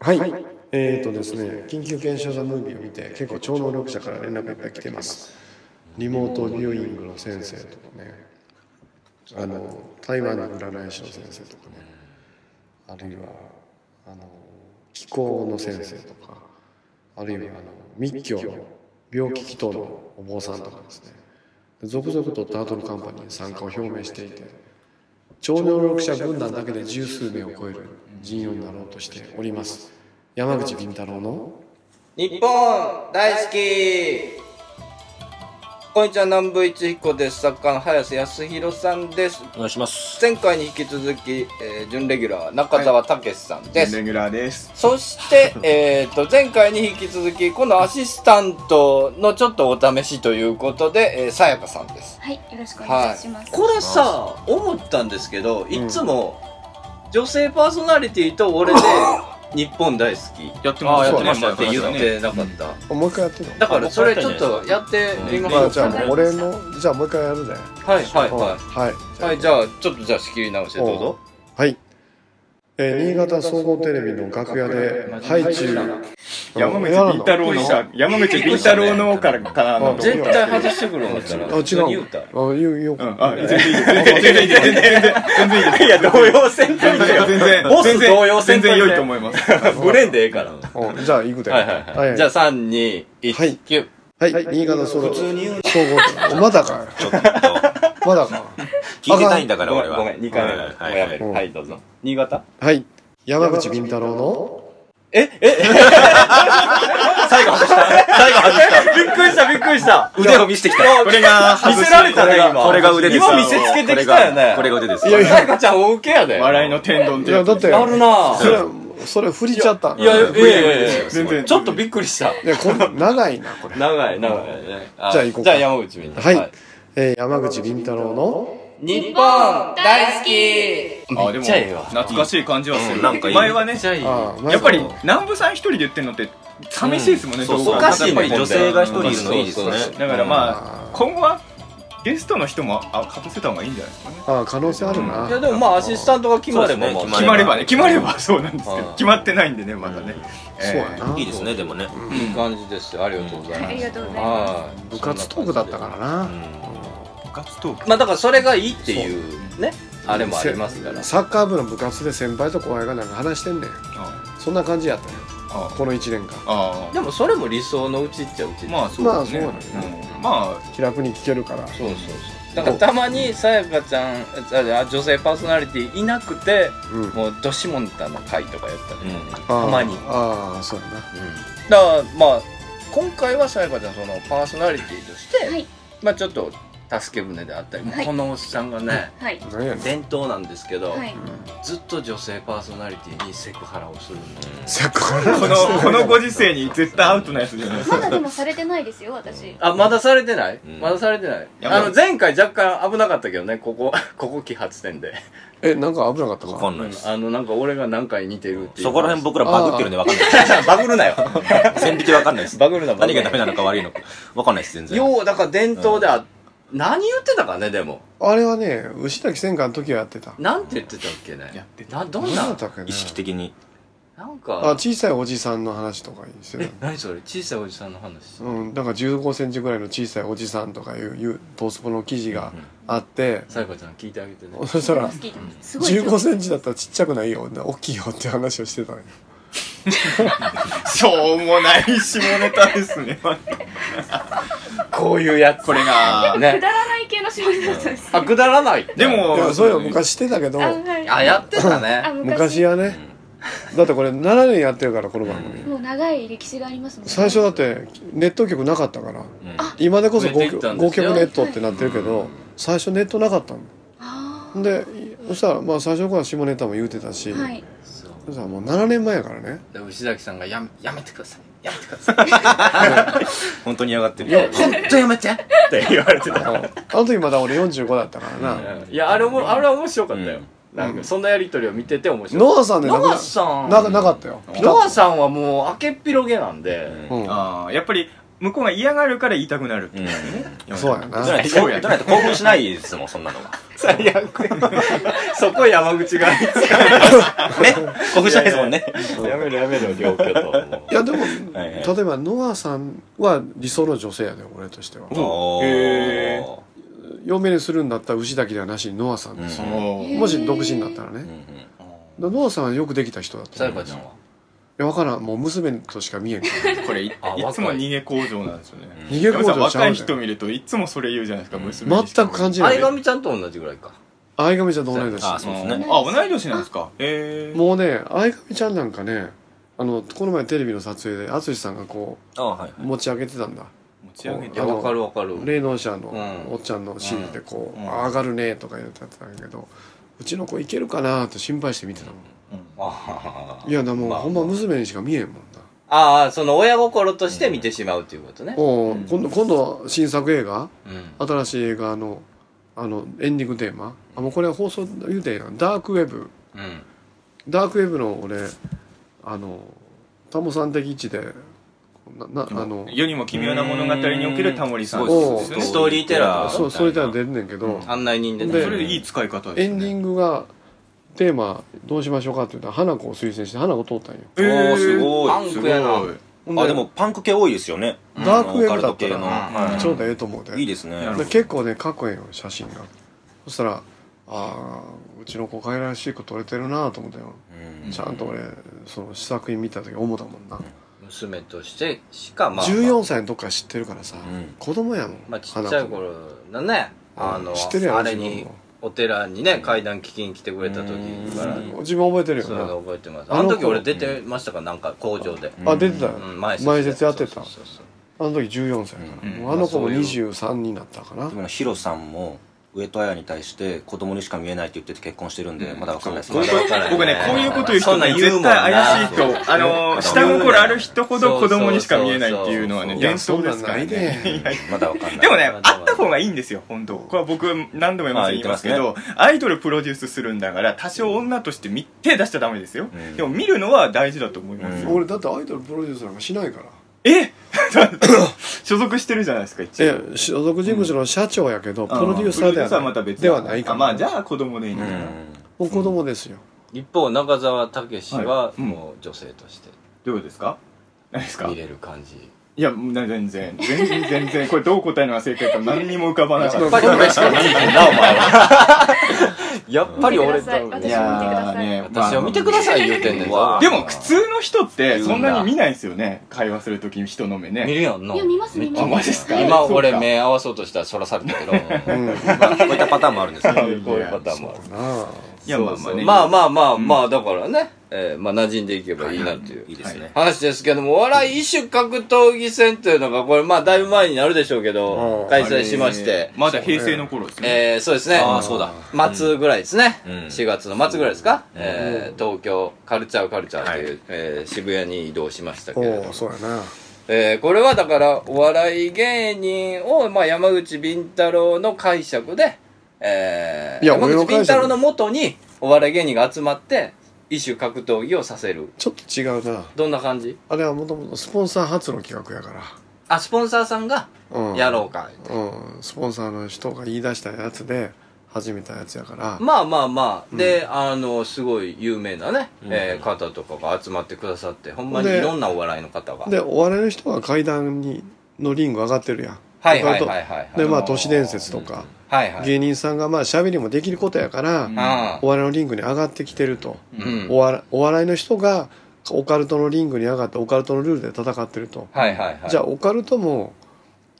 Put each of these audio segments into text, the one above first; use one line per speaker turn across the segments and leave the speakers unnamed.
はい、えっ、とですね緊急検証ザムービーを見て結構超能力者から連絡いっぱい来てますリモートビューイングの先生とかねあの台湾の占い師の先生とかねあるいはあの気候の先生とかあるいはあの密教の病気祈祷のお坊さんとかですね続々とタートルカンパニーに参加を表明していて超能力者軍団だけで十数名を超える陣容になろうとしております山口銀太郎の
日本大好きこんにちは南部一彦です作家の早瀬康弘さんです
お願いします。
前回に引き続き、えー準レギュラー中澤武さんです、
レギュラーです。
そして、えー、と前回に引き続きこのアシスタントのちょっとお試しということでえーさやかさんです
はい、よろしくお願いします。
これさ思ったんですけどいつも女性パーソナリティと俺で日本大好き
やって
あー
ま
や
し
ったて
ね。
ま
っ
や
て言
ま
っ
したね
てなかった
もう一回やってるの
だからそれちょっとやってみまし
ま
ょ
あ
う
じゃ
か
あ
ね
俺のじゃあもう一回やるね
はいはいは
はい
はいじゃあちょっとじゃあ仕切り直してどうぞ
はい、えー新潟総合テレビの楽屋でハイチュウ
山口敏太郎の
あ、
山口敏太郎のからかな
うん
の。
い絶対外してくる思ったら
あ違う
普通に言うた
言うよ、
うん、あ、全然いい。全然いい。全然いい。全然いい。いや、動揺せんといてよ。全然。
ボス動揺せん
全
といて
然良いと思います。
ブレンでええからは
うんじゃあ行くで
いはいはいじゃあ321
はい
9
はい、新潟総合
普通に言う
総合テレビおまだかよ
ちょっと、聞
まだか
いてたいんだから
ごめ
俺
ん
は。
ごめん2回目
はい
も
は
う
い
や
は
め
い。
るはいどうぞ新潟
はい山口敏太郎の
ええ最後外した最後外したびっくりしたびっくりした
腕を見せてきた。
これが
外す
見せられたね今
これが腕ですよ。
今見せつけてきたよね
これがこれが腕です
い
よ。
やいや
さやかちゃん大受けやで
笑いの天丼
いやだって
あるな
それそれ振りちゃった
いやいやいやいやいや
全然。
ちょっとびっくりした
いやこれ長いなこれ
長い長いね
じゃあ行こう
じ
か
ゃあ山口みんな
はい、えー山口敏太郎の
日
大好
あ、
き。
で
めっ
も、
ちゃええわ
懐かしい感じはす
う
る。
んなんかいい
前はね、
ゃい
あー
やっぱり、南部さん一人で言ってんのって、寂しいですもんね、
そう
動画
おかしいね
やっぱり
女性が一人いるのいいですね
だからまあ
あ、
今後は、ゲストの人も、あ、かぶせた方がいいんじゃないですかね。
ああ可能性あるな、
いやでもまあアシスタントが決まれば
そうです
まあ
ね
決まればね、決まればそうなんですけ
う
ど、
ん
決まってないんでね、まだね。
そうやな、
いいですね、でもね。
いい感じですよありがとうございます
ありがとうございま
はい
部活トークだったからな、
部活トーク。
まあだからそれがいいっていうねあれもありますから
サッカー部の部活で先輩と後輩がなんか話してんねんそんな感じやったよ
あ
この1年間
あ
でもそれも理想のうちっちゃうち
まあそうだね
まあそうだね
うんまあ
気楽に聞けるから
そうそうそうだからたまにさやかちゃんああ女性パーソナリティいなくて
うん
もうドシモンタの会とかやったり、だか
た
まに
ああそうやな
らまあ今回はさやかちゃんそのパーソナリティとして、
はい
まあちょっと助け舟であったり、
はい
このおっさんがね
はい。
何やねん
伝統なんですけど、
はい。
ずっと女性パーソナリティにセクハラをするんです
せっかく
このこのご時世に絶対アウトなやつじゃないです
ま
か
だでもされてないですよ、私。
あまだされてない、
うん
まだされてない
や
あの前回若干危なかったけどねこ こここ揮発点で
えなんか危なかった
わか
か
んないです。
あのなんか俺が何回似てるっていう
そこら辺僕らバグってるんでわかんない。
僕バグるなよ
線引きわかんないです。
バグるなバグ
何
る
が
な
ダメなのか悪いのか。わかんないです、全然。
ようだから伝統では、何言ってたかねでも
あれはね牛崎戦艦の時はやってた
なんて言ってたっけね
やって
などん
何だ
な
ったっけね
意識的に。
なん
あ
か
小さいおじさんの話とかにして
え
た
何それ小さいおじさんの話、
うん、だから1 5ンチぐらいの小さいおじさんとかいういうトースポの記事があって、
さやかちゃん聞いてあげてね
そしたら
聞いてますすごい
1 5ンチだったらちっちゃくないよ大きいよって話をしてたね
しょうもない下ネタですね
こういうやつ
これが
く
ね
だらない系の仕事です。
あくだらない
でも
いやそういうの昔してたけど
あ、はい。
あやってたね
あ、
昔
昔。
はねだってこれ7年やってるからこの番組、
もう長い歴史がありますもんね。
最初だってネット局なかったから
うん
今でこそ
増えて
5,
いった
曲
んですよ
5曲ネットってなってるけど、最初ネットなかったの
あ
でそしたらまあ最初の頃は下ネタも言うてたし、
ー。はい。
そう
そしたらもう7年前やからね
で牛崎さんがやめやめてくださいやめてください
本当に嫌がってる。よ
本当やめて
って言われてた
あの時まだ俺45だったからな、
いやあれもあれは面白かったよ、
うん
なんかそんなやり取りを見てて面白い
ノアさんでなく
ノ
な
アさん
ななかったよ
ノアさんはもう明けっぴろげなんで、
うん
あーやっぱり向こうが嫌がるから言いたくなる。
うん。
そうやな
どうやってどうやって興奮しないですもん、そんなのは。
最悪。そこ山口が。
ね興奮しないですもんね。
やめろやめろ両巨頭も
いやでも
はいはい
例えばノアさんは理想の女性やね俺としては
お
へ
ー
ー。
嫁にするんだったら牛だけではなしにノアさんです、
うん
もし独身だったら
うんう
ね、
ん
だからノアさんはよくできた人だと
サ
思
イ
う
バーちゃん
い
は。
やわからんもう娘としか見えんから
これいい
あ
つも逃げ工場なんですよね。
逃げ工
山口さん
場ちゃ
若
う
い
じゃ
人
ん
見るといつもそれ言うじゃないですか、娘にして
全
も
く感じない
相上ちゃんと同じぐらいか
相上ちゃんと同い年
あ、そうです
あ
ね。
同い年なんですかええ
もうね相上ちゃんなんかねあのこの前テレビの撮影で淳さんがこ
あはい。
う持ち上げてたんだ
持ち上げ
い
い
て
や
や、
わ
わ
か
か
る
るわかる。
霊能者の
うん
おっちゃんのシーンでこう「
うん
あ上がるね」とか言ってたんだけどうちの子いけるかなって心配して見てたも
あ
んいやなもう、
まあ
ほんま娘にしか見えんもんな
ああ、その親心として見てしまうということね。
おう今度今度新作映画
うん。
新しい映画のあのエンディングテーマあもうこれ放送言うてんやんダークウェブ
うん。
ダークウェブの俺あのタモさん的位置でななあの
世にも奇妙な物語におけるタモリさん
そう
ですよね
ストーリーテラー。
そうそれでは出るねんけど、
案内人でね。
で
それいい使い方
エ
です
ンディ
ね
ングがテーマどうしましょうかって言ったら花子を推薦して花子通ったんよ
えー
おーすごい
パンクやな
すごい
ほん
あ、でもパンク系多いですよね。
ダークウェブだった
あのオカルト
ら
系のはい
ちょうどええと思うで
いいですね。
な
で
るほど
結構ねかっこええよ写真がそしたらあーうちの子可愛らしい子撮れてるなと思ったよ、
うん
ちゃんと俺その試作品見た時思ったもんな、
娘としてしか、まあ。
14歳の時から知ってるからさ、
ん
子供やもん、
まあ、ちっちゃい頃のね、あの、
知ってるやん
あれに、お寺にね、階段聞きに来てくれた時から、
花子自分覚えてるよ
そういうの
な
覚えてます。
あの
あの時俺出てましたから、なんか工場で。
あ出てたよ、
うん、前説
前説やってた
そうそうそう
あの時14歳やから、
うん
もうあの子も
まあそう
23になったかな、
でもねヒロさんも上戸彩に対して子供にしか見えないって言ってて結婚してるんで、まだわかんないです
まだわからない
僕ねこういうこと言う人
そんな
ね
ん言うも
絶
んな
対怪しい
そう
とあのー下心ある人ほど子供にしか見えないっていうのはね
そう
いや
伝統ですから
そんなん ない
ね
で
まだわかんない。
でもね
ま、だまだ
あった方がいいんですよ、本当。これは僕、何度も言いますけ
まあ言
ど、アイドルプロデュースするんだから、多少女として見手出しちゃダメですよ
うん。
でも見るのは大事だと思います
うん
よ。
俺だってアイドルプロデュースなんかしないから
え 所属してるじゃないですか、一応。
え所属事務所の社長やけど、プロデューサー
プ
では
ロデュ
ない
はまた別
ではないから
あまあ、じゃあ子供でいいん
う
だから
ん。
もう子供ですよ、
一方、中澤武史は
は、いうん
もう女性として
どうですか何ですか
見れる感じ。
いや、な全然。全然、全然。これどう答えるのが正解か何にも浮かばなか
や
っ
っぱ
た。
り俺
しか見てへんな、お前は。やっぱり俺と。
私
いやーね、
私を見てください言うてんねんぞ
わあ
でも普通の人ってそんなに見ないんですよね会話するとき人の目
見
ね
るやんない
や見ます見ます
あマジっすか
いや
今
そうか
俺目合わそうとしたらそらされたけど
う
こ
ん、な
こういったパターンもあるんですよ。
ういうパターンもある
あ
いやまあまあね
まあまあまあまあだからね、えーまあ馴染んでいけばいいなっていう
いいですね。
話ですけどもお笑い一種格闘技戦というのがこれまあだいぶ前になるでしょうけ
う
ど
ん
開催しまして
あれまだ平成の頃ですね
えーそうですね
ああ、そうだ。
末ぐらいですね、
うん
4月の末ぐらいですか、えー東京カルチャーカルチャーという、えー渋谷に移動しました
お
けれども
おそうやな
えーこれはだからお笑い芸人を、まあ、山口敏太郎の解釈で、えー
いや
山
俺の
口敏
解釈
太郎のもとにお笑い芸人が集まって一種格闘技をさせる
ちょっと違うな
どんな感じ
あれはもともとスポンサー発の企画やか
あスポンサーさんが
ら、うん、
やろうか、
う、ん、スポンサーの人が言い出したやつで始めたやつやから、
まあまあまあ、であのすごい有名なね、えー方とかが集まってくださってほんまに
で
いろんなお笑いの方が
でお笑いの人が階段にのリング上がってるやん
はいはいはいはいはい
でまあ都市伝説とか、
はいはい
芸人さんがまあ喋りもできることやから、
うん
あ
お笑いのリングに上がってきてると、
ーうん
お笑お笑いの人がオカルトのリングに上がってオカルトのルールで戦ってると、
はいはいはい
じゃあオカルトも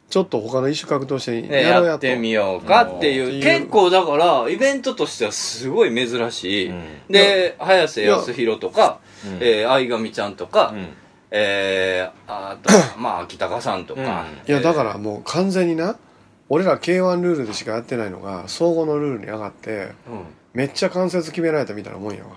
ちょっと他の一種格闘して
ね、
やろう
や
や
っ
と
てみようかって
うん
い
っ
う
ていう
結構だからイベントとしてはすごい珍しい、
うん
で早瀬康弘とか、
うん
えー相上ちゃんとか、
うん
えーあとまあ秋高さんとか、
うん
いやだかららもう完全にな俺ら K1 ルールでしかやってないのが総合のルールに上がって
うん
めっちゃ関節決められたみたいなもんやわ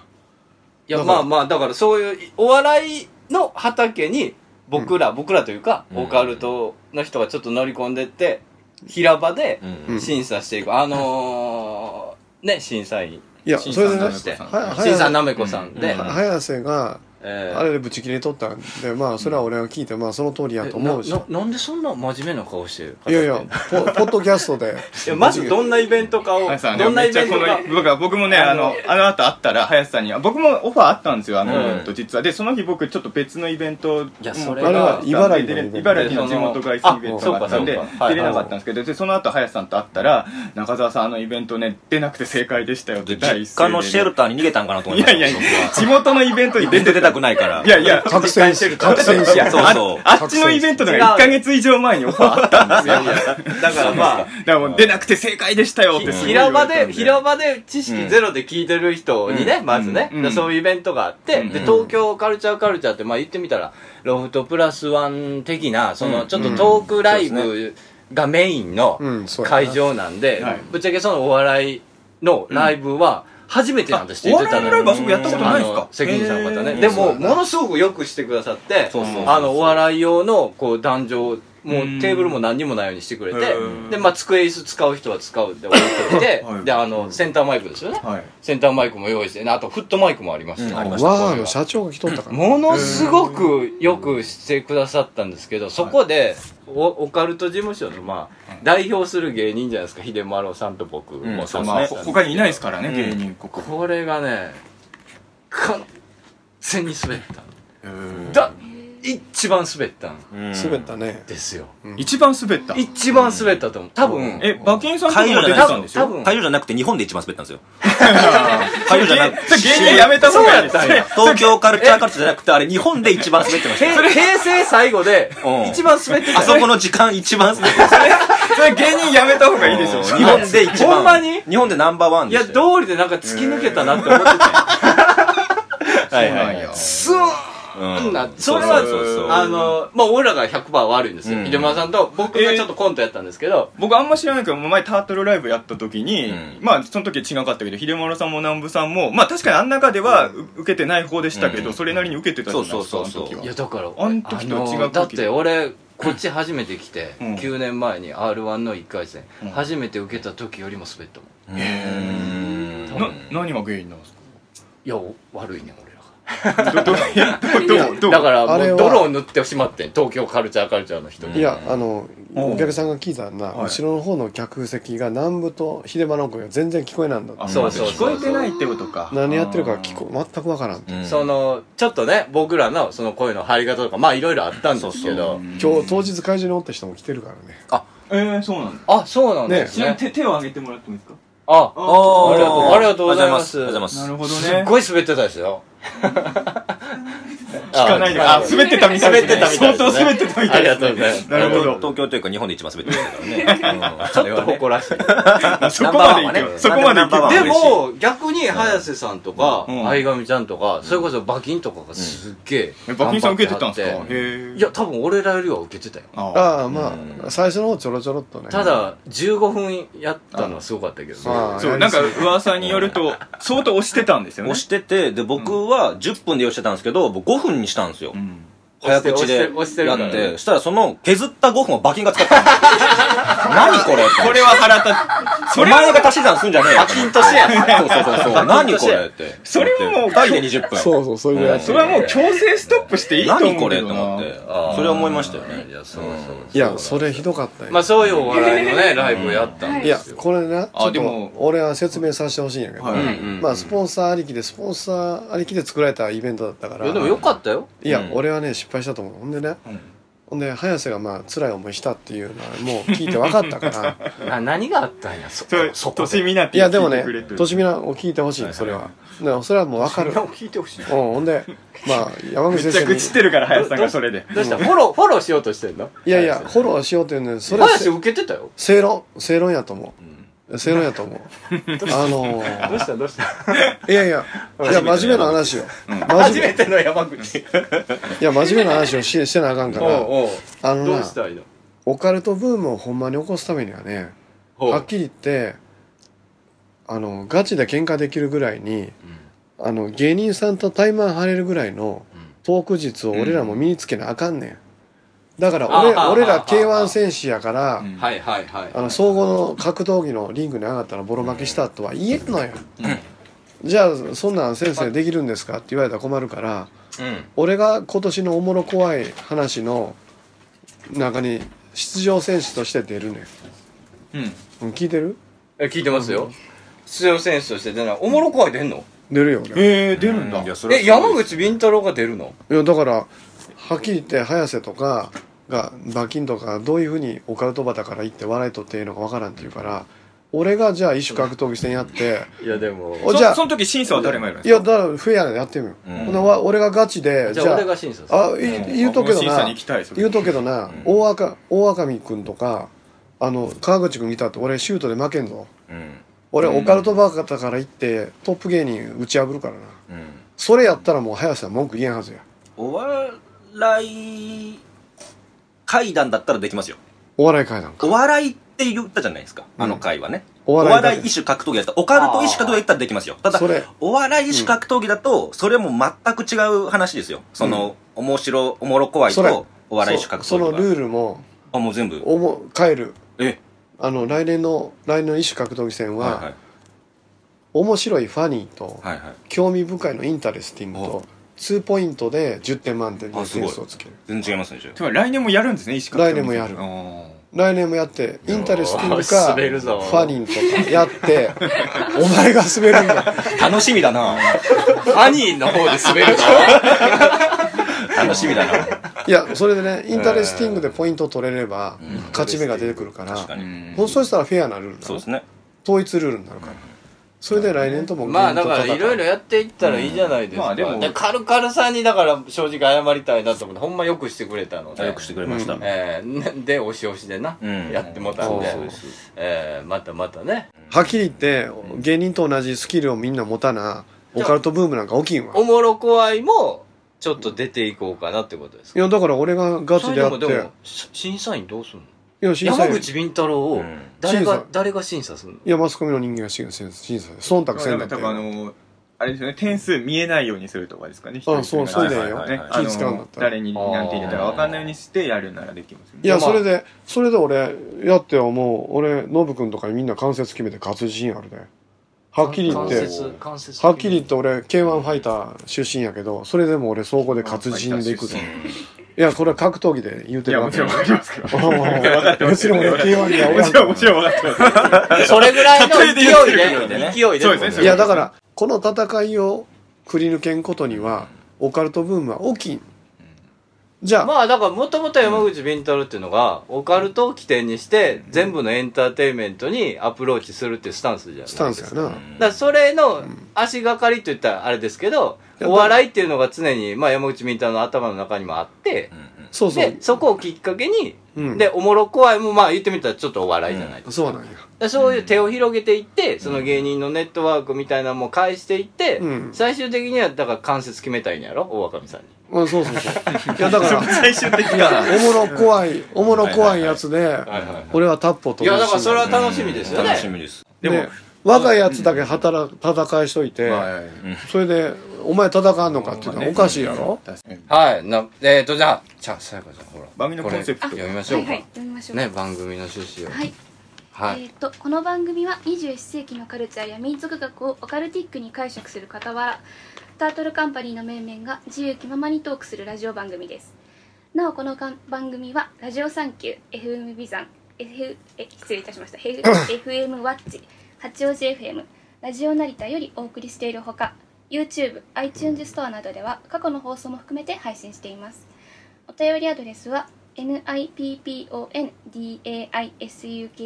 いや
だから
まあまあだからそういうお笑いの畑に僕ら、僕らというか、
うん
オカルトの人がちょっと乗り込んでって平場で
うん。
審査していく、あのー、ね審査員
いや
新
それで
さん
ね
と
して
は
は
審査なめこさんで、
うん
早瀬が
ええ
あれでブチ切れとったんでまあそれは俺が聞いてまあその通りやと思うし
なななんでそんな真面目な顔して
いやいやポポッドキャストで
いやまずどんなイベント かを、
林さんね、
どんな
め
イ
っち
ベ
ゃ
ン
こ
トか
の、僕は、僕もね、あの、あの後あったら、林さんに、あ僕もオファーあったんですよ、あのイベント、実は。で、その日僕、ちょっと別のイベント、
いや
もう
それ
が
あれは茨城のイベント茨
茨
城
城の
の地元外出イベントがあったんで
あそうかそう、か
出れなかったんですけど、で、その後林さんと会ったら、中澤さん、あのイベントね、出なくて正解でしたよって、第一
実家のシェル
タ
ターに逃げたんかなと思
い
いま
や
し
いや
た
いや
僕
地
は、
元のイベントに
全
出
然
て
出たくないから。
いやいや、
覚醒し覚醒し
そうそう。
あっちのイベントが1ヶ月以上前にオファー あったん ですよ。
だからまあ
だからもう出なくて正解でしたよってすごい言
平
われた
場
んで
で、平場で知識ゼロで聞いてる人にね、
うん
まずね、
うん
でそういうイベントがあって、
うん
で、東京カルチャーカルチャーって、まあ言ってみたら、ロフトプラスワン的な、その、ちょっとトークライブがメインの
うんそうやな
会場なんで
はい、
ぶっちゃけそのお笑いのライブは初めてなんです、
あ
言ってたの
お
に
笑いのライブは僕やったことないんですか
あの責任者の方ね。
へー
でも、ものすごくよくしてくださって、
そうそうそう
あの、お笑い用の、こう、壇上、もう
うん
テーブルも何にもないようにしてくれて
うん、
で、まあ、机椅子使う人は使うって置いとい て
はい、
で、あの、センターマイクですよね。
はい。
センターマイクも用意して、あと、フットマイクもありまし
うん
た
ありま
よ。
した
わーの社長が来とったから
ものすごくよくしてくださったんですけど、そこで、おオカルト事務所の、まあ、代表する芸人じゃないですか、秀丸さんと僕
ん
も
そう
まあ、
そう
他にいないですからね、
ん
芸人、ここ。
これがね完全に滑っただ一番滑ったん
うん
滑ったね
ですよ
一番滑った。
一番滑ったと思う多分
え、馬券さんと
会
も
場
出
じゃ
て
な
たんで
く
し
て、
多
ょ
分
会場じゃなくて日本で一番滑った んですよ。会場じゃなくて、
それ芸人やめた方がいいです
そうやっ
東京カルチャーカルチャーじゃなくて、あれ日本で一番滑ってました
へ
よ。
平成最後で
うん
一番滑ってた
あそこの時間一番滑ってましたよ。
それ芸人やめた方がいいでしょ。
日本で一番。
ほんまに
日本でナンバーワン
い
で
や
したよ。
道理でなんか突き抜けたなって思ってた
はいはいはい。
スー
う
ン
ん
なそれは
そうそうそう
あのまあ俺らが100%悪いんですよ
うん
秀丸さんと僕がちょっとコントやったんですけど
僕あんま知らないけど、前タートルライブやった時に、
うん
まあその時は違かったけど、秀丸さんも南部さんも、まあ確かにあん中ではう受けてない方でしたけど、
うん
それなりに受けてたじゃないですか、
そうそうそ
あ
うそう
の時はい
やだから
あん時と違う時
あのだって俺こっち初めて来て
うん
9年前に r 1の1回戦
うん
初めて受けた時よりも滑ったもん
うーん
な何が原因なんですか
いやお悪いね俺らが
どどいやどうどう
だから
あれ
も
は
う泥を塗ってしまってん東京カルチャーカルチャーの人
うん
いやあの
うん
お客さんが聞いたんだ
はい
後ろの方の客席が南部と秀丸の声が全然聞こえないんだって
あ
そうそう
聞こえてないってことか
何やってるか聞こ全くわからんって
うん
そのちょっとね僕らのその声の張り方とかまあいろいろあったんですけ
そ
ど
今日当日会場におった人も来てるからね
えー、そうなんだ
あそうなんです
ち
ね
なみに手手を挙げてもらってもいいですか
あ
あ
あ
ありがとう
ー
ありがとうございます
ありがとうござ
な
います。
るほど
すっ
ね
ごい滑ってたですよ聞
聞かないであ滑ってたみたいです
滑
ね
ってたみたいですね
相当滑ってたみた
あ
いですね
りがとうございます
なるほど
東京というか日本で一番滑ってましたからね。うん
ちょっと誇らしい
そこまでいけよ、そこまでいけよ
ナンバーワンはね
でも逆に早瀬さんとか
うん
相上ちゃんとかそれこそ馬琴とかがすっげえ
えバッキンさん受けてたんです
頑張
か
ってはっ
へえ
いや多分俺らよりは受けてたよ
あ
ああま
う
あ最初の方ちょろちょろっとね
ただ15分やったのはすごかったけどね
あ
あ
あ
そうなんか噂によると相当押してたんですよね
押してて、で、僕は10分で用意してたんですけど、僕5分にしたんですよ
う。ん
早口で
押してる
や
押し
っ
てる
て、したらその削った5分を馬琴が使ったんですよ。 何これ
これは腹立つそ
お
れは
前が足し算すんじゃねえよ。馬琴としてやそうそうそうそう。何これって。
それはもう
2人で20分。
そうそうそれぐらい
それはもう強制ストップしていいと思う
何
けどな
これと思って。それは思いましたよね
い。やそうそう
いやそれひどかったよ
まあそういうお笑いのねライブをやったん
い
で
や
すよ
これなちょ
あ
っ
でも
と俺は説明させてほしいんやけど
はい
うんうん
まあスポンサーありきでスポンサーありきで作られたイベントだったか
い
ら
やでもよかったよ
いや、
うん
俺はね失敗したと思うほんでね、
うん
ほんで早瀬がまあ辛い思いしたっていうのはもう聞いて分かったから
な何があったんやそ
それ
そこ
と
で
しみなって
いやでも
聞
ね
いてくれと
としみなを聞いてほしいそれは、だからそれはもう分 かるうん
聞いてほしい
ほんでまあ山
め
口
っちゃ
先生
愚痴っ
に
てるから林さんがそれで
どうしたフォローフォローしようとしてんの
いやいやフォローしようって言うんでそれ
林受けてたよ
正論正論やと思う正論やと思うあのー
どうしたどうした
いやいやいや真面目な話よ真
初
面目
めての山口
いや真面目な話をししてなあかんか
お
ら
うおう
あの
どう
な
したらいいの
オカルトブームをほんまに起こすためにはね
ほう
はっきり言ってあのガチで喧嘩できるぐらいに、あの芸人さんとタイマン張れるぐらいのトーク術を俺らも身につけなあかんねん、だから俺
あー
俺ら
あー
k 1戦士やから、
うん
はいはいはい
あの総合の格闘技のリングに上がったらボロ負けしたとは言えんのよ、じゃあそんなん先生できるんですかって言われたら困るから
うん
俺が今年のおもろ怖い話の中に出場選手として出るね
うん
んうん聞いてる
え聞いてますよ
出場選手として出ないおもろ怖い出んの
出るよ俺
えー、出るんだ
いやそれは
え
すごい
山口敏太郎が出るの
いやだからはっきり言って早瀬とかが馬琴とかどういうふうにオカルトバタから行って笑い取っていいのかわからんって言うから俺がじゃあ一種格闘技戦やって
いやでも
お
そ
じゃあ
その時審査は誰もやるん
い
です
や
か
だからフェアでやってみよう、
うん
ほなわ俺がガチで
じ
じ
ゃあ
ゃ
俺が
あ
審査する
あい言うとくけど
僕も審査
な
に行きたいそれ
言うとくけどな、大赤大赤見君とかあの川口君いたって俺シュートで負けんぞ
うん
俺オカルトバカだから行ってトップ芸人打ち破るからな
うん
それやったらもう早瀬は文句言えんはずや
お笑い会談だったらできますよ
お笑い会談
お笑いって言ったじゃないですか、あの会はね
お
お
笑いだけ
笑い一種格闘技だったらオカルト一種格闘技だったらできますよただ
それ
お笑い一種格闘技だと、それも全く違う話ですよその、面白おもろ怖い
それ
とお笑い一種格
そ
闘
その
技が
ルールも
あもう全部
おも変える
え
あの来年の来年の一種格闘技戦は、
はいはい
面白いファニーと、
はいはい
興味深いのインタレスティング
お
と2ポイントで10点満点で
あすご
点
い
数をつける
全然違いますねじゃあ
てか来年もやるんですね石川
来年もやる
あ
来年もやってインタレスティングか
滑るぞ
ファニーとかやって お前が滑るんだ
楽しみだな
ハニーの方で滑るぞ
楽しみだない
やそれでねインタレスティングでポイント取れれば勝ち目が出てくるから
確か
ー
に
そうそうしたらフェアなルールな
そう
の
ですね
統一ルールになるからそれで来年とも
まあだから
現
い
状
ろ
と
いろやっていったらいいじゃないです
ま
か、
あでも
でカルカルさんにだから正直謝りたいなと思ってほんまよくしてくれたので
よくしてくれました、
うん
えー、で押し押しでな、
うん
やってもたんで
そうそう
えーまたまたね
はっきり言って芸人と同じスキルをみんな持たなオカルトブームなんか起きんわ
おもろこわいもちょっと出ていこうかなってことです
い
か
やだから俺がガチでやって
それでもでもし審査員どうすんの
いや審査
山
員
口敏太郎
う
を
ん
誰
審
が
査
誰が審査するの
いや、マスコミの人間が審査審査で、忖度
だか
せ
ら
んだ
なん
って
か。多分あのあれですよね点数見えないようにするとかですかね
あそうそうだよ
はいはいはい
気使うんだったら
あの誰になんて入れたら分かんないようにしてやるならできますよね
いや、それで、それで俺、やってはもう、俺、ノブくんとかにみんな関節決めて勝つ自信あるで。はっきり言っ
関
て、
節関節
はっきり言って俺、K1 ファイター出身やけど、それでも俺、総合で勝つ自信でいく
う
で。いや、これは格闘技で言うて
い
る
や
わ
も
け
ちろん分かりますけど
おうおう おう別に俺、K1 には
も
俺
ちろんもちろん分かってます
それぐらいの勢い
例えで言
で
って
勢いで
そうですね
いや、だから、この戦いをくり抜けんことには、オカルトブームは大きい。じゃあ、
まあだからもともと山口敏太郎っていうのがオカルトを起点にして全部のエンターテインメントにアプローチするっていうスタンスじゃないです
ス
か
タンスやな。
だからそれの足がかりといったらあれですけど
いや
お笑いっていうのが常に、まあ、山口み太の頭の中にもあって
う、んうん
そうそう
で。そこをきっかけに、
うん
でおもろ怖いもまあ言ってみたらちょっとお笑いじゃないですか,、
そうなんや。
そういう手を広げていってその芸人のネットワークみたいなのも返していって、
うん
最終的にはだから関節決めたいんやろ大若見さんに
うん、そうそうそう。いや、だから、
最終的
い
に
や、おもろ怖い、おもろ怖いやつで、俺はタッポと。
いやだからそれは楽しみですよね、
楽しみです
でも、若いやつだけ働く、戦いしといて、それで、お前戦わんのかって言ったらおかしいやろ
はいなえっ、とじゃあじゃあさやかちゃんほら
番組のコンセプト
これ読みまし
は
ょう
い
か、
はい、読みましょう。
ね番組の趣旨を
はい。
はい
えっ、とこの番組は21世紀のカルチャーや民族学をオカルティックに解釈する傍らタートルカンパニーの面々が自由気ままにトークするラジオ番組ですなおこのかん番組はラジオサンキュー FM ビザン F え失礼いたしました F- FM ワッチ八王子 FM ラジオ成田よりお送りしているほか YouTube、iTunes ストアなどでは過去の放送も含めて配信していますお便りアドレスは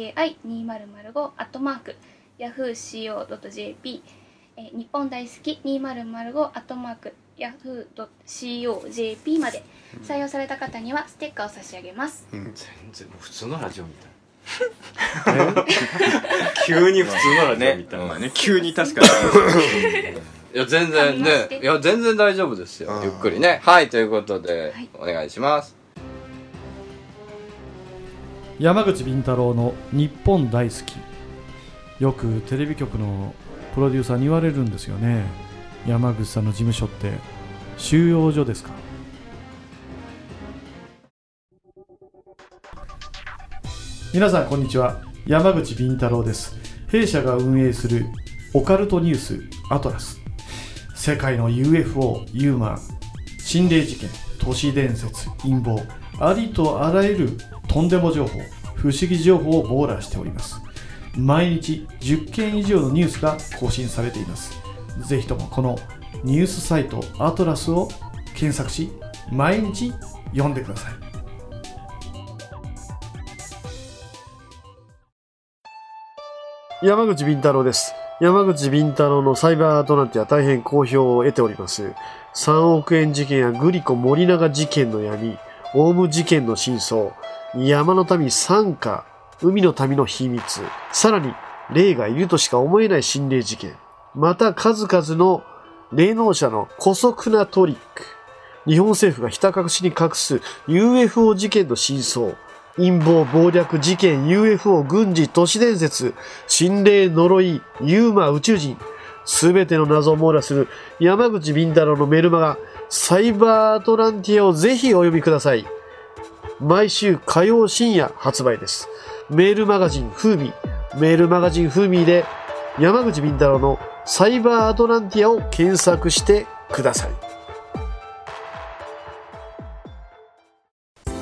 nippondai.suki2005 アットマーク yahooco.jp えー日本大好き2005アットマーク yahoo.co.jp まで採用された方にはステッカーを差し上げます、
全然もう普通のラジオみたい急に普通のラジオみたい、
ね
まあね急に確かに
いや全然
噛みまして
ねいや全然大丈夫ですよ
あー
ゆっくりねはいということで、
はい
お願いします
山口敏太郎の「日本大好き」よくテレビ局のプロデューサーに言われるんですよね山口さんの事務所って収容所ですか皆さんこんにちは山口敏太郎です弊社が運営するオカルトニュースアトラス世界の UFO ユーマー心霊事件都市伝説陰謀ありとあらゆるとんでも情報不思議情報を網羅しております毎日10件以上のニュースが更新されていますぜひともこのニュースサイトアトラスを検索し毎日読んでください
山口敏太郎です。山口敏太郎のサイバーアトランティア大変好評を得ております。3億円事件やグリコ森永事件の闇、オウム事件の真相、山の民参加、海の民の秘密、さらに霊がいるとしか思えない心霊事件、また数々の霊能者の古速なトリック、日本政府がひた隠しに隠す UFO 事件の真相、陰謀、暴略、事件、UFO、軍事、都市伝説、心霊、呪い、ユーマ、宇宙人、すべての謎を網羅する山口敏太郎のメルマガ、サイバーアトランティアをぜひお読みください。毎週火曜深夜発売です。メールマガジンフーミー、メールマガジンフーミーで山口敏太郎のサイバーアトランティアを検索してください。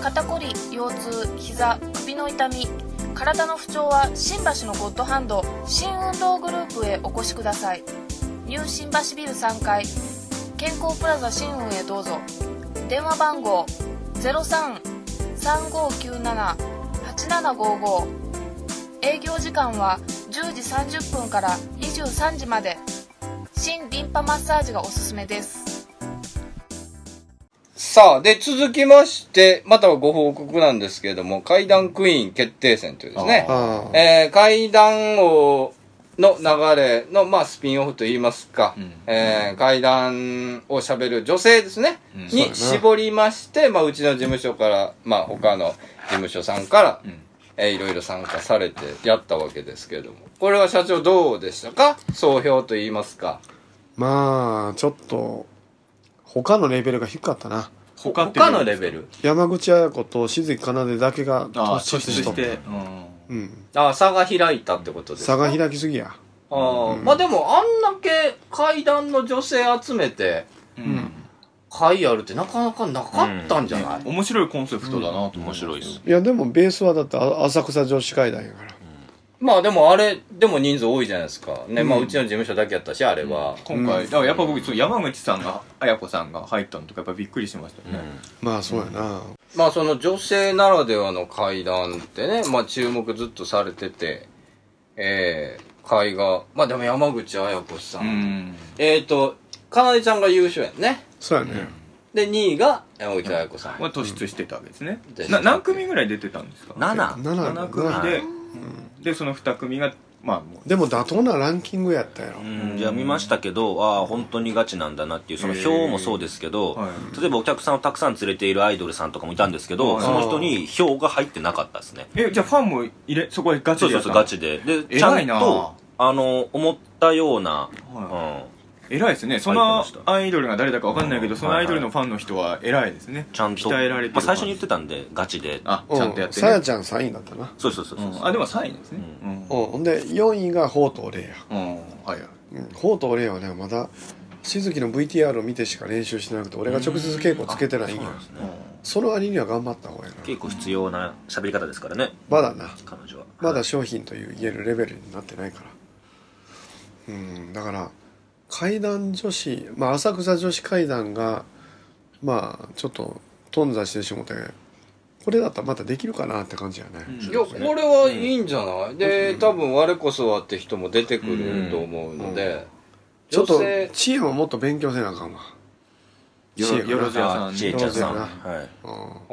肩こり腰痛膝首の痛み体の不調は新橋のゴッドハンド新運動グループへお越しくださいニュー新橋ビル3階健康プラザ新運へどうぞ電話番号0335978755営業時間は10時30分から23時まで新リンパマッサージがおすすめです
さあ、で、続きまして、またはご報告なんですけれども、階段クイーン決定戦というですね、
ああ
えー、階段王の流れの、まあ、スピンオフといいますか、えー、階段を喋る女性ですね、
そうや
に
な
絞りまして、まあ、うちの事務所から、まあ、他の事務所さんから、
ん
えーいろいろ参加されてやったわけですけれども、これは社長どうでしたか総評といいますか。
まあちょっと他のレベルが低かったな
他って
他のレベル
山口綾子と静木かなでだけが
ああ
突出しと
し
ってた、
うん
うん、
あ、差が開いたってことですか
差が開きすぎや
あーまあでもあんだけ階段の女性集めて
うん
会あるってなかなかなかったんじゃない、
面白いコンセプトだなと思い
面
ます
白いです
いやでもベースはだってあ浅草女子会談やから
まあでもあれでも人数多いじゃないですかね、まあうちの事務所だけやったしあれは、
今回だからやっぱ僕そう山口さんが綾子さんが入ったのとかやっぱびっくりしましたね
まあそうやな、
まあその女性ならではの階段ってねまあ注目ずっとされててえー、会がまあでも山口綾子さ、
うんん
えっ、ー、とかなでちゃんが優勝やんね
そうやね、
で2位が山口綾子さん、
は突出してたわけですね
うん
な何組ぐらい出てたんですか
7
7
7組ででその2組がまあもう
でも妥当なランキングやったやろ、
うん、いや見ましたけどああ本当にガチなんだなっていうその票もそうですけど、
は
例えばお客さんをたくさん連れているアイドルさんとかもいたんですけど、
はい
その人に票が入ってなかったですね
えじゃあファンも入れそこでガチ
そう
で
そ
や
う
った
そう
の
ガチででちゃ
偉い
ん
な
とあの思ったような、う
はい
ん、
偉いですねそのアイドルが誰だかわかんないけどそのアイドルのファンの人は偉いですね
ちゃんと
鍛えられてる
まあ、最初に言ってたんでガチで
あ
う
ちゃんとやって
さや
ね
ちゃん3位だったな
そうそうそうそう、
うんあでも3位ですねうん
うんほんで4位がほうとうれいや
うんはいはい
うんほうとうれいはねまだ静木の VTR を見てしか練習してなくて俺が直接稽古つけてないんや
です
うん
ね
その割には頑張った方やな
結構必要な喋り方ですからね
まだな
彼女は
まだ商品という言えるレベルになってないからうんだから階段女子まあ浅草女子階段がまあちょっと頓挫してしもてこれだったらまたできるかなって感じやね、
いや、これはいいんじゃない、で、多分、我こそはって人も出てくると思うので、
ちょっ
女
と
性、
知恵ももっと勉強せなあかんわ知恵
よよ
が
ろずやさ
あ
ん
ちえちゃんさん
そうだよ
はい
な、うん
ほうほう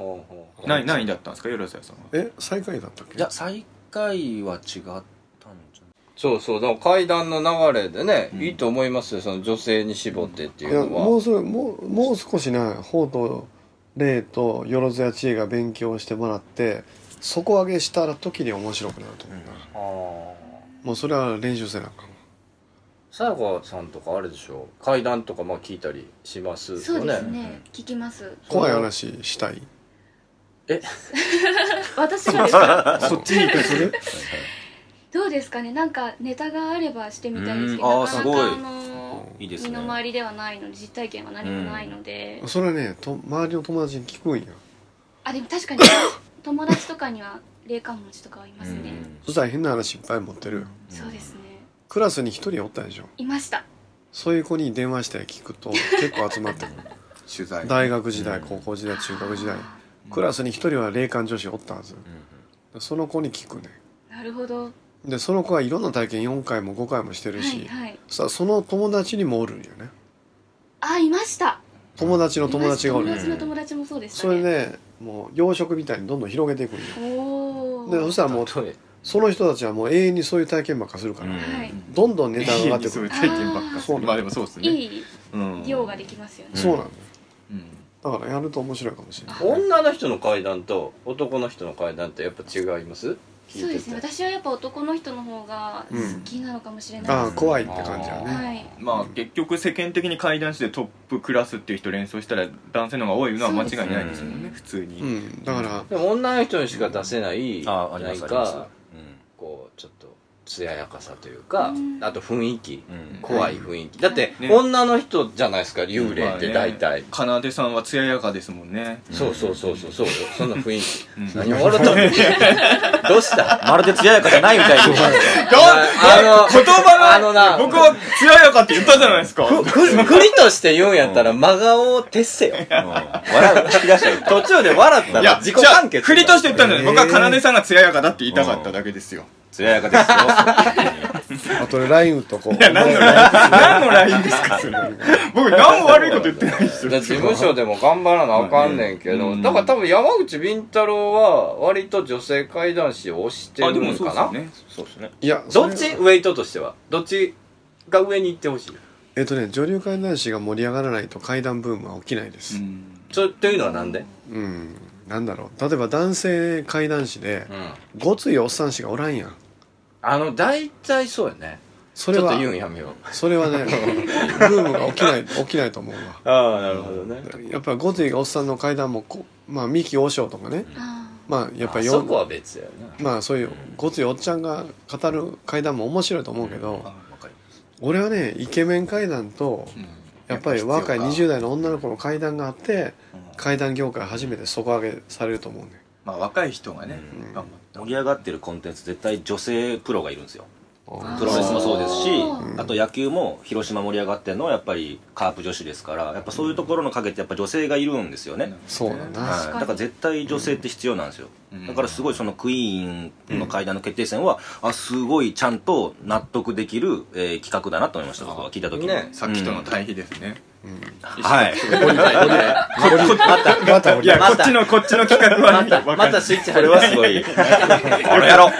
ほうほう。
何何位だったんですかよろずやさんは
え最下位だったっけ
いや最下位は違ったんじ
そうそう、だから階段の流れでね、いいと思いますよ、その女性に絞ってってい
いや
うのは。
もうそれもうもう少しなほうと礼とよろずや知恵が勉強してもらって底上げしたら時に面白くなると思うな、
あー
もうそれは練習せなあかんわ
さやかさんとかあれでしょ階段とかまあ聞いたりします
そうです
よ
ね聞きます
怖い話したい
私がです か
そっちに行くする
どうですかねなんかネタがあればしてみたいですけど、
うん
なかな
あー
かあの
いいです
身
ね
の回りではないので実体験は何もないので、
それはねと周りの友達に聞くんや
あでも確 かに友達とかには霊感持ちとかはいますね、
そしたら変な話いっぱい持ってるよ
そうですね
クラスに一人おったでしょ
いました
そういう子に電話して聞くと結構集まってくる
取材
大学時代高校時代中学時代クラスに一人は霊感女子おったはずその子に聞くね
なるほどは
でその子はいろんな体験4回も5回もしてるし、
いはい
さあその友達にもおるんよね
あいました
友達の友達がおる
い
ん
ま
よ
した友達の友達もそうでした
それ
ね
ねもう養殖みたいにどんどん広げていくんよ
おお
でそしたらもう
例え
その人たちはもう永遠にそういう体験ばっかするから、
うん
はい
どんどん値段上がっ
家
てくる
に 住む体験ばっかす
そう
るまあでもそうですね
いい
うん
量ができますよね、
そうなんだよ
うん
だからやると面白いかもしれない
女の人の階段と男の人の階段ってやっぱ違います聞いてて
そうですね私はやっぱ男の人の方が好きなのかもしれない
ああ
です、
怖いって感じだね
はい
まあ結局世間的に階段してトップクラスっていう人連想したら男性の方が多いのは間違いないですもんね普通
う
に
んだから
でも女の人にしか出せない、
ああり
な
ま
ん
すあります
かこうちょっと艶やかさというか、
うん
あと雰囲気、
うんうん
怖い雰囲気だって、
ね
女の人じゃないですか幽霊って大
まあ
体
ね、かなでさんは艶やかですもんね
そうそうそうそうそうよそんな雰囲気
うん
何を笑ったのどうした
まるで艶やかじゃないみたいに
あの
言葉が
あのな
僕は艶やかって言ったじゃないですか
ふふ国として言うんやったら真顔を徹せよ
うん笑う聞き出したよ
途中で笑った
い
ら
や
自己完
じゃあ
結
振りとして言ったんじゃない僕は
えー
かなでさんが艶やかだって言いたかっただけですよ
艶やかですよ
あとね LINE 打っとこう
何のライン何のラインですかそれ僕何も悪いこと言ってないです
だ
よ
事務所でも頑張らなあかんねんけど、
うん
だから多分山口敏太郎は割と女性怪談師を推してるのかな、
ねそうですね
いや
どっち
それは
ウェイトとしてはどっちが上に行ってほしい
えっとね女流怪談師が盛り上がらないと怪談ブームは起きないです
それというのはなんで、
うん、なんだろう例えば男性怪談師で
うん、
ごついおっさんしかおらんやん
あの大体そうやね
それ
ちょっ
は
と言うんやめよう
それはねブームが起きない起きないと思うわ
ああなるほどね
やっぱりゴティがおっさんの階段もこまあ三木和尚とかね
あ
まあやっぱ
あ
り
そこは別やな
まあそういうゴティおっちゃんが語る階段も面白いと思うけど、俺はねイケメン階段とやっぱり若い20代の女の子の階段があって階段業界初めて底上げされると思うね
まあ若い人がね
うん
頑張
盛
っ
り上がってるコンテンツ絶対女性プロがいるんですよ
あ
プロレスもそうですし
うん
あと野球も広島盛り上がってるのはやっぱりカープ女子ですからやっぱそういうところの陰ってやっぱ女性がいるんですよね、
そうだな、
はい
確かに
だから絶対女性って必要なんですよ、
うん
だからすごいそのクイーンの階段の決定戦は、あすごいちゃんと納得できる、えー企画だなと思いました僕は聞いた時に、
ね
たさっきとの対比ですね
はい
また
いやこ
ま
ったちのこっちの企画は
また
わ
ま
かんな
た
い
スイッチ
こ
入
れ
る
はすごいこれやろう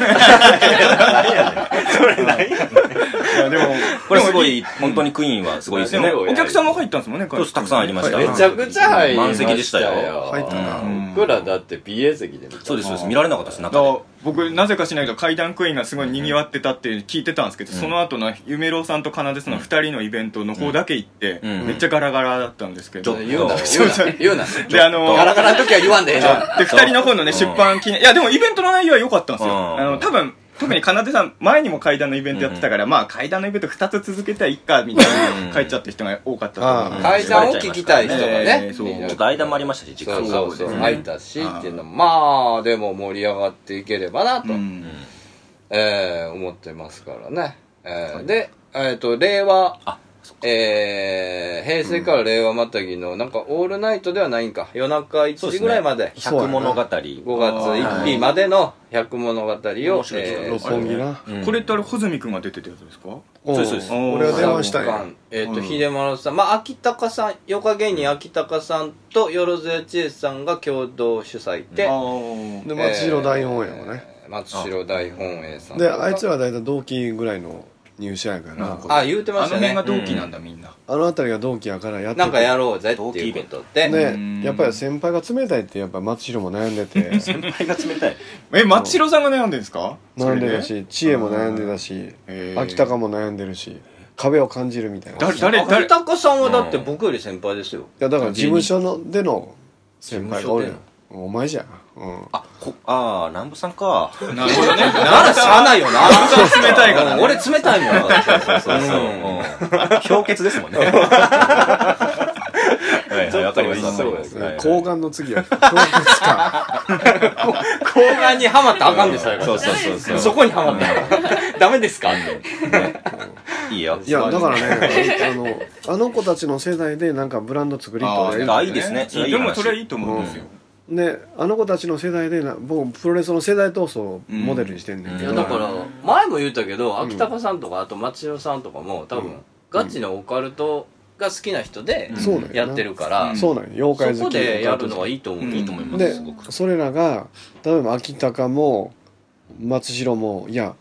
いやでも
これすごい本当にクイーンはすごいです
で
よ
も
ね
お客さんも入ったんですもんね
そうですたくさん入りました
めちゃくちゃ入りましたよ
満席でしたよ
入ったな
うん僕らだって BA 席で見た
そうですそうです見られなかったです
だ
中
か
で
ら僕なぜかしないけど階段クイーンがすごい賑わってたって聞いてたんですけど、その後の夢郎さんと奏でさんの2人のイベントの方だけ行って、
うん
めっちゃガラガラだったんですけど、
ちょっ
言うな
そうそう
言うな言う
であの
なガラガラの時は言わんでええの
で2人の方のね
うん
出版記念いやでもイベントの内容は良かったんですよ、
うん
あの多分特に奏でさん前にも階段のイベントやってたから、まあ階段のイベント2つ続けたらいいかみたい
うん
な書いちゃった人が多かったと思う
あ
あ
階段を聞きたい人がね
えーそう
みんな
ちょっと間もありましたし時
そ
間
う
が
そうそう、
うん
空いたしっていうのもまあでも盛り上がっていければなと、
うん
えー思ってますからね、えーで、えー、と令和
あ
えー、平成から令和またぎの、なんかオールナイトではないんか夜中1時ぐらいまで
百物語
5月1日までの「百物語」を、え
面白いですね
ー
六本木な
うん
これってあれ穂積君が出てたやつですか
そう
そうです
俺は電話したい
三
よ
冠えっ、と、
うん
秀丸さん、まあ、秋高さん、ヨガ芸人秋高さんと、よろずやちえさんが共同主催で、
あー
で松代大本営もね、
えー松代大本営さんと
で
か
あいつら大体同期ぐらいの入社やから、
うん
あ、言うてま
あの
した
辺
ね
が。同期なんだみんな、
あの辺りが同期やからやってて
なんかやろうぜっていうことで、
うん
ね、やっぱり先輩が冷たいってやっぱ松代も悩んでて
先輩が冷たい
え松代さんが悩んでるんですか
悩んでた
それ
し知恵も悩んでたし
へー
秋高も悩んでるし壁を感じるみたいない
誰誰誰
秋高さんはだって僕より先輩ですよ。
やだから事務所のでの先輩がおるやんお前じゃん、うん、
あ、こ、ああ、南部さんか。
なるほどね。
ならしゃあないよ な。
冷たいからね
うん俺冷たいもん。そうそうそうそう。うん氷結ですもんね。はいはい、わかります。
そうです
はいはい
睾丸の次は氷結か
睾丸にはまったらあかんでしょ、
そうそうそうそう。
そこにはまったら。ダメですか
いいよ。
いやだからねあのあの子たちの世代でなんかブランド作りとか
あー
言う
あいいですね
でもそれはいいと思うんですよ。
であの子たちの世代でな僕プロレスの世代闘争をモデルにしてんねん
うん
け
い
ど、
や、だから、前も言ったけど、秋高さんとか、あと町野さんとかも、多分、ガチのオカルトが好きな人で
そうなんやな
やってるから、
そうなんよ妖怪
そ
好
こ
き
でやるのはいいと思う。
うん
いいと思います。
です
ごく
それらが例えば秋高も松代もいや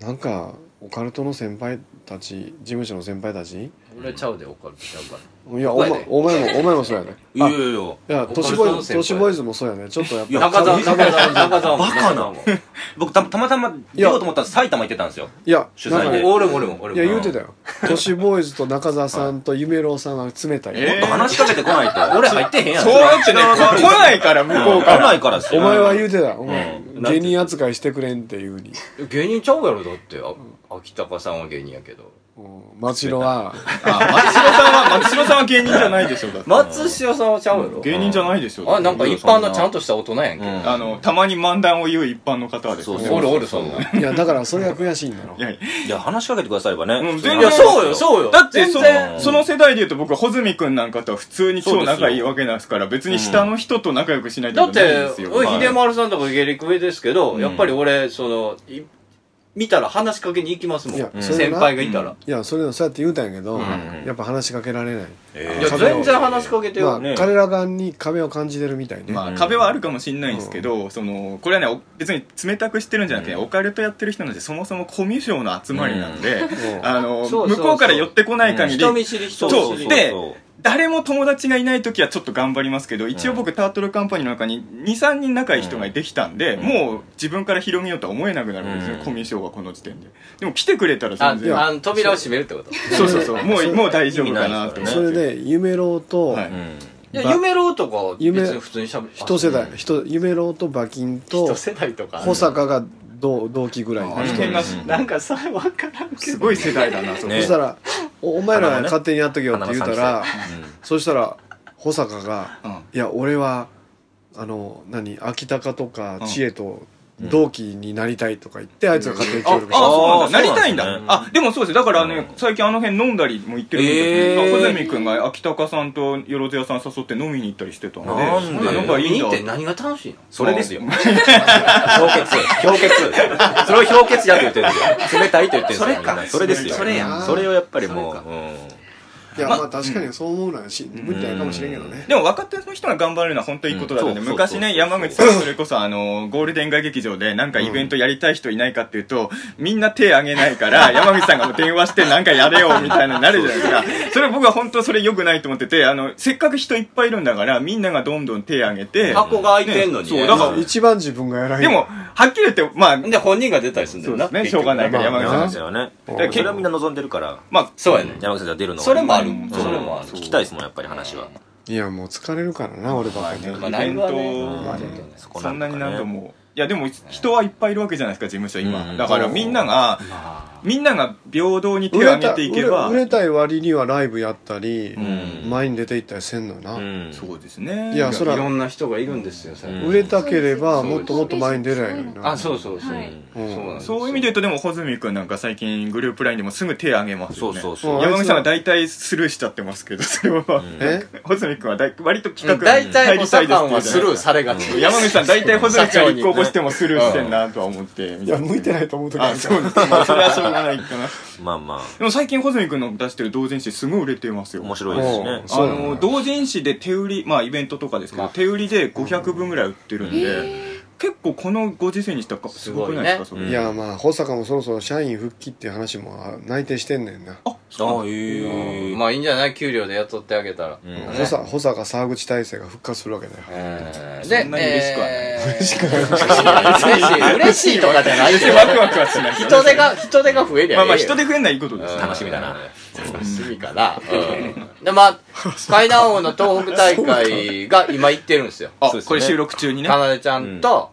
なんかオカルトの先輩たち事務所の先輩たち
俺ちゃうで、オカルトちゃうから。
いやお,、
そうやで
お前 もお前もそうやね
いやいやいや。
いや
オカルト
都
の
市ボーイズ
先輩
都市ボーイズもそうやねちょっとやっぱ
いや
中澤、中澤、中澤も。
バカな
も。
僕たたまたま出ようと思ったら埼玉行ってたんですよ。
いや
主
なん
催
か
で。
ね
俺も俺も俺
い
も。
や言うてた よ都市ボーイズと中澤さんと夢郎さんは冷たい、
え
もっと話しかけてこないと。俺入ってへんやん。
そうやってね、来ないから向こう
来ないからです
お
よ。
前は言うてた、お前
うん
芸人扱いしてくれんっていうふうに、
芸人ちゃうやろだってあ秋高さんは芸人やけど
うん、町野は
松代さんは、松代さんは芸人じゃないでしょ、だって
松潮さんはちゃうやろ
芸人じゃないでしょ。
あなんか一般のちゃんとした大人やんけ、
うん
あの、たまに漫談を言う一般の方ですよね。
そうそう
おるおるそんない
やだからそれが悔しいんだろ
いやい
いや、話しかけてくださればね。
うん
普通
全
に
然
そうよそうよ
やだってそ
全然
うん
その世代で言うと僕は穂積君なんかとは普通に超仲いいわけですから別に下の人と仲良くしないと
だ
い
っ
けないん
て
ですよ、
俺
はい
秀丸さんとか芸歴上ですけど、
うん
やっぱり俺そのい見たら話しかけに行きますもん
いやそれ
先
な
輩がいたら、
いやそれでもそうやって言うたんやけど、
ん
やっぱ話しかけられない
え
いや
壁を
全然話しかけて
まあ、
よ、
ね
彼ら側に壁を感じてるみたいね、
ま
う
あ、
ん
壁はあるかもしれないんですけど、そのこれはねお別に冷たくしてるんじゃなくて、
うん
オカルトやってる人なんてそもそもコミュ障の集まりなんで、
ん
あの
そうそうそう
向こうから寄ってこない限り、
人見知り人
そう
見
そう
知り
で誰も友達がいない時はちょっと頑張りますけど一応僕、タートルカンパニーの中に23人仲いい人ができたんで、
ん
もう自分から広げようとは思えなくなるんですよ、
うん
コミュ障がこの時点ででも来てくれたら
あ
全然
あの扉を閉めるってことい
そうそうそうもうもう大丈夫かなと
意味ないです
そ
思っ
れ
て。
で夢郎と、
はい
うん。
や夢郎とかは別
夢
に普通にしゃべ
一世代、一夢郎と馬琴と
一世代とか
保坂が同同期ぐらい
あ
の
の
人
辺が
なんかそれ分からんけ
すごい世代だなと思って
そしたらお「お前らが勝手にやっとけよ」って言うた
花
ら、そしたら保坂が
うん
「いや俺はあの何秋高とか
うん
千恵と同期になりたい」とか言って、あいつが勝手に
あ
協、力し
あ
た、
そうなんだ。なりたいん
そうな
だ
ん。
あ、でもそうですよだからね、最近あの辺飲んだりも行ってるんです
え
よ。
ー
小泉くんが秋高さんとよろずやさん誘って飲みに行ったりしてたんで。
なんで
あの
ど
がいいん
って
だ。
何が楽しいの
それですよ。氷結。氷結。それを氷結だと言ってるんですよ。冷たいと言ってる
そ
んですよ。
れか
みんなそれですよ。
それや
ん
それをやっぱりもう
それ、
いやまあ確かにそう思うのはし無理ないかもしれんけどね、
でも若手の人が頑張るのは本当にいいことだとね、
うんそう
昔
そう
ね、
そうそう
山口さんそれこそあの、ゴールデン街劇場でなんかイベントやりたい人いないかっていうと、みんな手挙げない から、山口さんがもう電話してなんかやれよみたいなになるじゃないですか。それ僕は本当それ良くないと思ってて、あの、せっかく人いっぱいいるんだから、みんながどんどん手挙げて、
箱が開いてんのにね、
そうだから
一番自分が偉い
でも、はっきり言って、まあ、
で、本人が出たりするんだよな。
そうですね
結局
しょうがないから
うん。
山口
山
さん。
口さんはね。
から
それはみんな望んでるから、
まあ、
そうやね。
山口さんが出るのは
それもある
うん。
それもある
聞きたいですもん、やっぱり話は。
いやもう疲れるからな俺ばっかりで、
まあ、ライブはね
イベント
まあちょっとね
こ
そんなに何度
も。
も。いや、でも人はいっぱいいるわけじゃないですか、事務所
う
今。
ん
だからみんなが、みんなが平等に手
売
を
れ
挙
た
げていけば
売れ売。れたい割にはライブやったり、
ん
前に出ていったりせんのよな、
うん。
そうですね。
いやそれ
いろんな人がいるんですよ、最
う
近
ん
売れたければもっともっと前に出りゃいいのにな
あ、そうそうそう。
はい
うん
そうなんですよ
そういう意味で言うと、でも、穂積君なんか最近グループラインでもすぐ手挙げます
そ
よ
う
ね。
そううそう。
山口さんは大体スルーしちゃってますけど、それは。
え
穂積君はだい割と
うん
企画
大
に入
体、
り
補
た
佐
いですって
官
言う
は
じゃ
ス
ない
ル
で
ー
す
されがち
か。山口さん大体穂積君が立候補してもスルーしてんなとは思って。
いや向いてないと思う時あ
あ、
る
そうですね。まあそれはしょうがないかな。
まあま
でも最近、穂積君の出してる同人誌すごい売れてます
あ、
よ。
面白いですしね
うん。
あ
そうな
の
んだ
同人誌で手売りまあイベントとかですけど、手売りで500分ぐらい売ってるんで、結構このご時世にしたらすごくないですか
す
そ
ごい
れ、
ね
いやまあ保坂もそろそろ社員復帰っていう話もあ内定してんねんな
ああ、ええ。
まあ、いいんじゃない給料で雇ってあげたら。
ん
ね
保坂保坂沢口大成が復活するわけだよ
えー
そんなに嬉しくはない
で嬉しくはない。嬉しい、嬉しいとかじゃないですよ。
ワクワクはしない
人手が、人手が増えりゃ
まあまあ
ええよ
人手増えないことですね
楽しみだな。
楽しみかな。うんで、まあ、階段王の東北大会が今行ってるんですよ。
あ、
そうですね
これ収録中にね
か。なでちゃんと、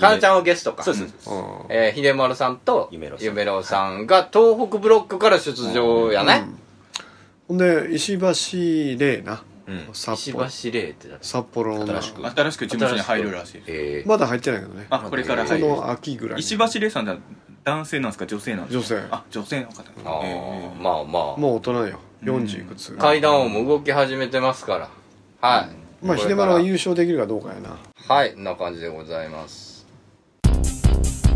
かなでちゃんはゲストか。
そうです。
うん
えー、秀丸さんと、
夢郎さん
夢郎さんが東北ブロックから出場やね。
ほんで石橋玲な、
うん
札
石
幌
橋玲ってだ
札幌の
新しく。
新しく事務所に入るらしい。
えー、
まだ入ってないけどね
あ、これから
こ
入る。
の秋ぐらいに
石橋玲さんだ男性なんですか女性なんです
女性
かあ、女性の方。
あー
えええ
まあまあ、
もう大人よ40いくつ、
階段王も動き始めてますから。はい。
まあ
こ
秀
れから
丸は優勝できるかどうかやな
はい、こんな感じでございます。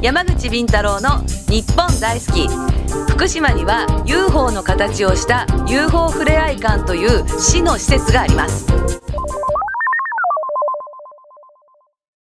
山口敏太郎の日本大好き福島には UFO の形をした UFO ふれあい館という市の施設があります